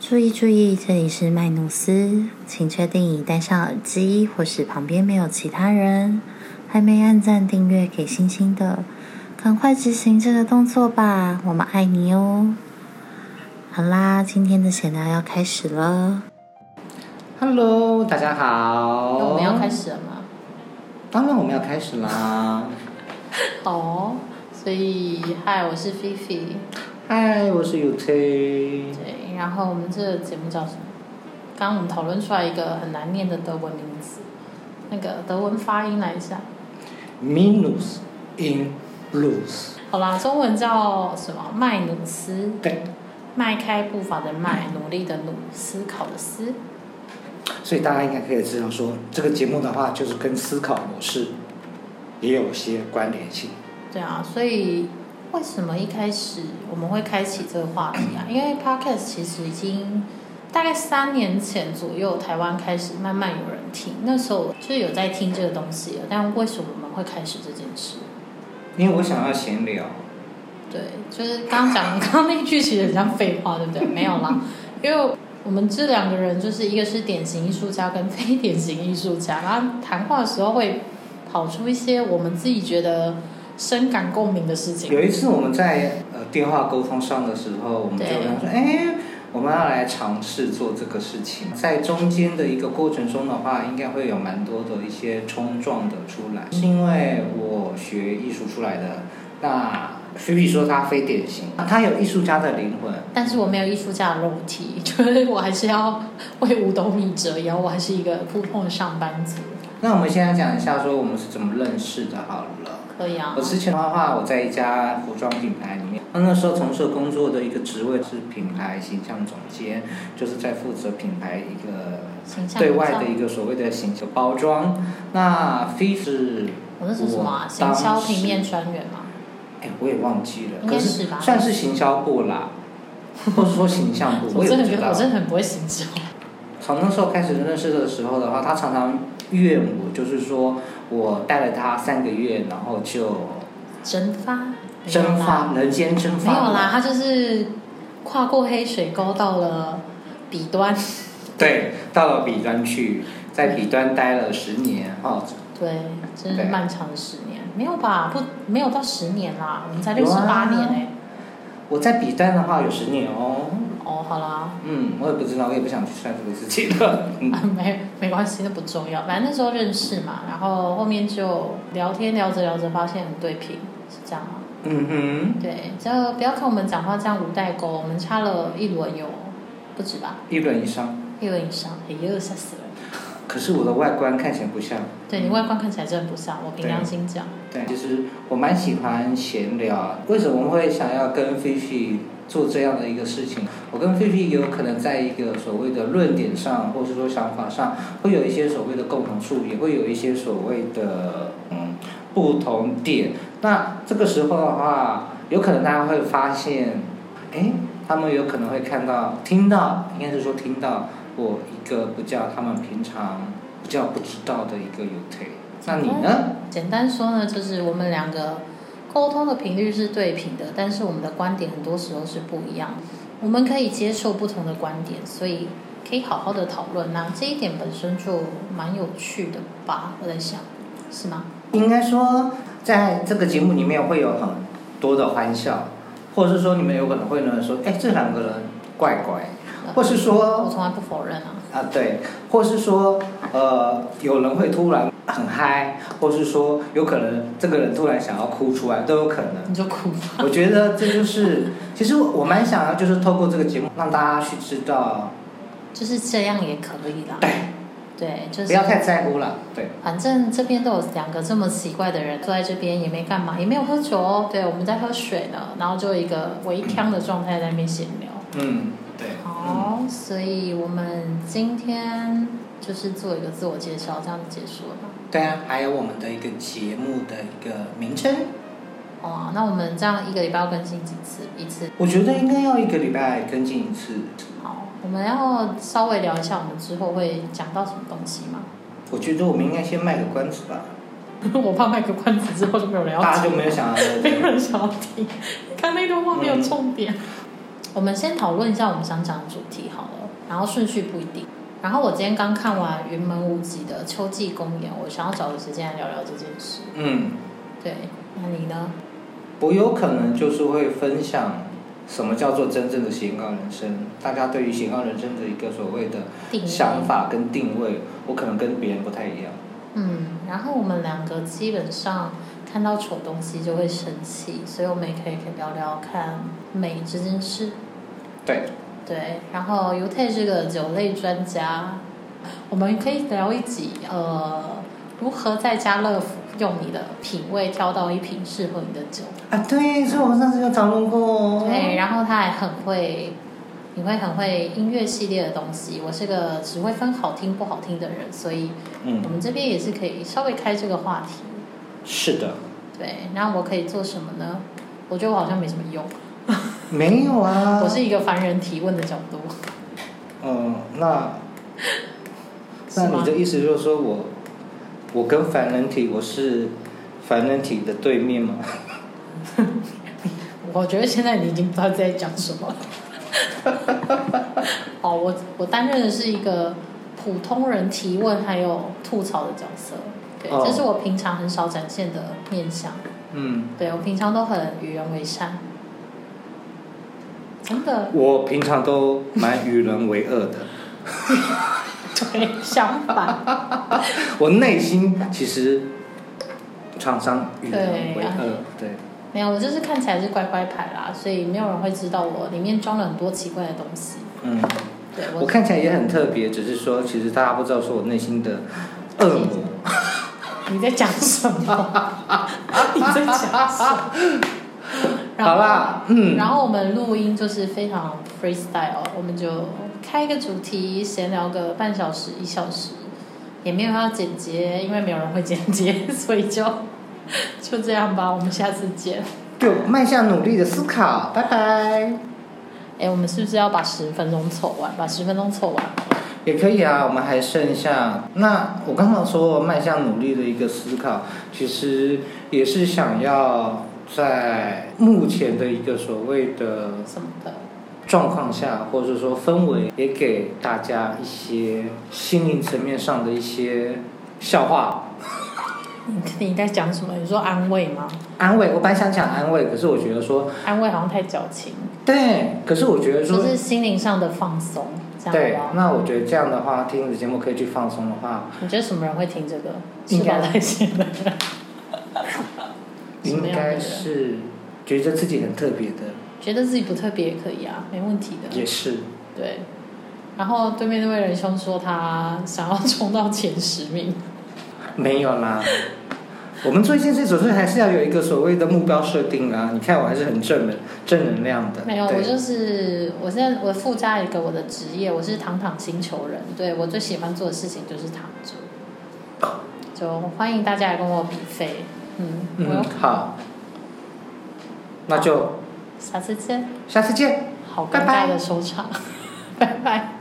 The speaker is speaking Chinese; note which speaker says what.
Speaker 1: 注意注意，这里是麦努斯，请确定已戴上耳机，或是旁边没有其他人。还没按赞、订阅、给星星的，赶快执行这个动作吧，我们爱你哦！好啦，今天的闲聊要开始了。
Speaker 2: Hello，大家好。
Speaker 3: 哦那我们要开。始了吗？
Speaker 2: 当然我们要开始啦。
Speaker 3: 好哦，所以嗨，我是菲菲。
Speaker 2: 嗨，我是 UT。
Speaker 3: 对，然后我们这个节目叫什么？刚刚我们讨论出来一个很难念的德文名字，那个德文发音来一下。
Speaker 2: Minus in blues。
Speaker 3: 好啦，中文叫什么？麦努斯，
Speaker 2: 对，
Speaker 3: 迈开步伐的迈，努力的努，思考的思。
Speaker 2: 所以大家应该可以知道说，这个节目的话，就是跟思考模式也有些关联性。
Speaker 3: 对啊，所以为什么一开始我们会开启这个话题啊？因为 podcast 其实已经大概三年前左右，台湾开始慢慢有人听，那时候就是有在听这个东西了。但为什么我们会开始这件事？
Speaker 2: 因为我想要闲聊。
Speaker 3: 对，就是刚讲刚刚那句其实很像废话，对不对？没有啦，因为我们这两个人就是一个是典型艺术家跟非典型艺术家，然后谈话的时候会跑出一些我们自己觉得深感共鸣的事情。
Speaker 2: 有一次我们在呃电话沟通上的时候，我们就
Speaker 3: 对
Speaker 2: 跟他说，哎。我们要来尝试做这个事情，在中间的一个过程中的话，应该会有蛮多的一些冲撞的出来。是因为我学艺术出来的，那菲菲说她非典型，她有艺术家的灵魂，
Speaker 3: 但是我没有艺术家的肉体， 就是我还是要为五斗米折腰，我还是一个普通的上班族。
Speaker 2: 那我们现在讲一下说我们是怎么认识的好了。
Speaker 3: 可以啊
Speaker 2: 我，之前的话，我在一家服装品牌里面，那那时候从事的工作的一个职位是品牌形象总监，就是在负责品牌一个呃
Speaker 3: 形象
Speaker 2: 对外
Speaker 3: 营造
Speaker 2: 的一个所谓的形象包装。那 F 是，
Speaker 3: 我那是什么、啊？
Speaker 2: 我
Speaker 3: 行销平面
Speaker 2: 当
Speaker 3: 专员嘛。
Speaker 2: 哎，我也忘记了，
Speaker 3: 应
Speaker 2: 可
Speaker 3: 该
Speaker 2: 是
Speaker 3: 是吧
Speaker 2: 算是行销部 啦，或者说形象部，
Speaker 3: 我
Speaker 2: 我也
Speaker 3: 真
Speaker 2: 不
Speaker 3: 的
Speaker 2: 知
Speaker 3: 觉得
Speaker 2: 道
Speaker 3: 我。真的很不会行销。
Speaker 2: 从那时候开始认识的时候的话，他常常怨我，就是说我带了他三个月，然后就
Speaker 3: 蒸发？
Speaker 2: 蒸发，人间蒸
Speaker 3: 没
Speaker 2: 发。
Speaker 3: 有啦，没有啦，他就是跨过黑水沟到了彼端。
Speaker 2: 对，到了彼端去，在彼端待了十年哦。
Speaker 3: 对，真是
Speaker 2: 对
Speaker 3: 漫长的十年，没有吧？不，没有到十年啦，我们才六
Speaker 2: 有
Speaker 3: 十
Speaker 2: 啊
Speaker 3: 八年哎、
Speaker 2: 我在彼端的话有十年哦，
Speaker 3: 哦，好啦，
Speaker 2: 嗯，我也不知道，我也不想去算这个事情 了。嗯
Speaker 3: 啊， 没没关系，那不重要。反正那时候认识嘛，然后后面就聊天聊着聊着，发现很对频，是这样吗？
Speaker 2: 嗯
Speaker 3: 对，只要不要看我们讲话这样无代沟，我们差了一轮有不止吧，
Speaker 2: 哼，一轮以上。
Speaker 3: 一轮以上，哎呦吓死人！
Speaker 2: 可是我的外观看起来不像。
Speaker 3: 对你外观看起来真的不像，我凭良心讲，
Speaker 2: 对，其实我蛮喜欢闲聊。为什么会想要跟菲菲做这样的一个事情？我跟菲菲有可能在一个所谓的论点上，或是说想法上，会有一些所谓的共同处，也会有一些所谓的嗯不同点。那这个时候的话，有可能大家会发现，哎，他们有可能会看到、听到，应该是说听到我一个不叫他们平常比较不知道的一个有推。那你呢？
Speaker 3: 简单说呢，就是我们两个沟通的频率是对频的，但是我们的观点很多时候是不一样的。我们可以接受不同的观点，所以可以好好的讨论、那这一点本身就蛮有趣的吧？我在想，是吗？
Speaker 2: 应该说，在这个节目里面会有很多的欢笑，或者是说你们有可能会呢说，哎，这两个人怪怪，或是
Speaker 3: 我
Speaker 2: 说
Speaker 3: 从来不否认啊。
Speaker 2: 啊对，或是说呃有人会突然很嗨，或是说有可能这个人突然想要哭出来，都有可能。
Speaker 3: 你就哭吧。
Speaker 2: 我觉得这就是，其实我蛮想要就是透过这个节目让大家去知道，
Speaker 3: 就是这样也可以啦。
Speaker 2: 对，
Speaker 3: 对，就
Speaker 2: 不要太
Speaker 3: 是
Speaker 2: 在乎了，对。
Speaker 3: 反正这边都有两个这么奇怪的人坐在这边，也没干嘛，也没有喝酒哦。对，我们在喝水呢，然后就一个微呛的状态在那边闲聊。
Speaker 2: 嗯，对，嗯，
Speaker 3: 好，所以我们今天就是做一个自我介绍，这样子结束了吗？
Speaker 2: 对啊，还有我们的一个节目的一个名称。
Speaker 3: 哦，那我们这样一个礼拜要更新几次？一次。
Speaker 2: 我觉得应该要一个礼拜跟进一次，
Speaker 3: 好，我们要稍微聊一下我们之后会讲到什么东西吗？
Speaker 2: 我觉得我们应该先卖个关子吧，
Speaker 3: 我怕卖个关子之后就没有人要
Speaker 2: 大家
Speaker 3: 听
Speaker 2: 就没有想要
Speaker 3: 没有人想要听，刚那段话没有重点。我们先讨论一下我们想讲的主题好了，然后顺序不一定。然后我今天刚看完云门舞集的秋季公演，我想要找个时间来聊聊这件事。
Speaker 2: 嗯，
Speaker 3: 对，那你呢？
Speaker 2: 我有可能就是会分享什么叫做真正的斜杠人生，大家对于斜杠人生的一个所谓的
Speaker 3: 定义
Speaker 2: 想法跟定位，我可能跟别人不太一样。
Speaker 3: 嗯，然后我们两个基本上看到丑东西就会生气，所以我们也可以可以聊聊看美这件事。
Speaker 2: 对，
Speaker 3: 对，然后 u t 是个酒类专家，我们可以聊一集，呃，如何在家乐福用你的品味挑到一瓶适合你的酒。
Speaker 2: 啊，对，所以我们上次有讨论过哦。
Speaker 3: 对，然后他还很会，你会很会音乐系列的东西。我是个只会分好听不好听的人，所以
Speaker 2: 嗯
Speaker 3: 我，们这边也是可以稍微开这个话题。
Speaker 2: 是的，
Speaker 3: 对，那我可以做什么呢？我觉得我好像没什么用，
Speaker 2: 没有啊。
Speaker 3: 我是一个凡人提问的角度，
Speaker 2: 嗯，那
Speaker 3: 是
Speaker 2: 那
Speaker 3: 吗
Speaker 2: 你的意思就是说我我跟凡人体我是凡人体的对面吗？
Speaker 3: 我觉得现在你已经不知道在讲什么了。 哦，我我担任的是一个普通人提问还有吐槽的角色，对，
Speaker 2: 哦
Speaker 3: 这是我平常很少展现的面相。
Speaker 2: 嗯，
Speaker 3: 对我平常都很与人为善，真的
Speaker 2: 我平常都蛮与人为恶的，
Speaker 3: 对，相反，
Speaker 2: 我内心其实常常与人为
Speaker 3: 对啊
Speaker 2: 恶，对，
Speaker 3: 没有，我就是看起来是乖乖牌啦，所以没有人会知道我里面装了很多奇怪的东西。
Speaker 2: 嗯，
Speaker 3: 对
Speaker 2: 我
Speaker 3: 我，
Speaker 2: 看起来也很特别，只是说其实大家不知道说我内心的恶魔。
Speaker 3: 你在讲什么？你在讲什么？然后
Speaker 2: 好啦，嗯，
Speaker 3: 然后我们录音就是非常 freestyle，我们就开一个主题，闲聊个半小时、一小时，也没有要剪接，因为没有人会剪接，所以就 就这样吧，我们下次见。
Speaker 2: 就迈向努力的思考，拜拜。
Speaker 3: 哎，我们是不是要把十分钟凑完？把十分钟凑完？
Speaker 2: 也可以啊，我们还剩下。那我刚刚说迈向努力的一个思考，其实也是想要在目前的一个所谓的
Speaker 3: 什么的？
Speaker 2: 状况下，或者说氛围，也给大家一些心灵层面上的一些笑话
Speaker 3: 你你在讲什么？你说安慰吗？
Speaker 2: 安慰。我本来想讲安慰，可是我觉得说，
Speaker 3: 安慰好像太矫情，
Speaker 2: 对，可是我觉得说
Speaker 3: 就，是心灵上的放松，这
Speaker 2: 对
Speaker 3: 样，吗？
Speaker 2: 那我觉得这样的话，听着节目可以去放松的话，
Speaker 3: 你觉得什么人会听这个？
Speaker 2: 应
Speaker 3: 吃
Speaker 2: 该
Speaker 3: 饱太闲的 人，什么
Speaker 2: 应
Speaker 3: 样的
Speaker 2: 该
Speaker 3: 人
Speaker 2: 是觉得自己很特别的，
Speaker 3: 觉得自己不特别也可以啊，没问题的。
Speaker 2: 也是。
Speaker 3: 对。然后对面那位仁兄说他想要冲到前十 名，
Speaker 2: 没有啦，我们做一件事总是还是要有一个所谓的目标设定啊。你看我还是很正能正能量的，
Speaker 3: 没有，我
Speaker 2: 对，
Speaker 3: 就是我现在我附加一个我的职业，我是躺躺星球人，对我最喜欢做的事情就是躺着，就欢迎大家来跟我比飞，嗯，我
Speaker 2: 嗯
Speaker 3: 有，
Speaker 2: 好，那就
Speaker 3: 下次见，
Speaker 2: 下次见。
Speaker 3: 好
Speaker 2: 拜
Speaker 3: 尴
Speaker 2: 拜
Speaker 3: 尬的收场，拜拜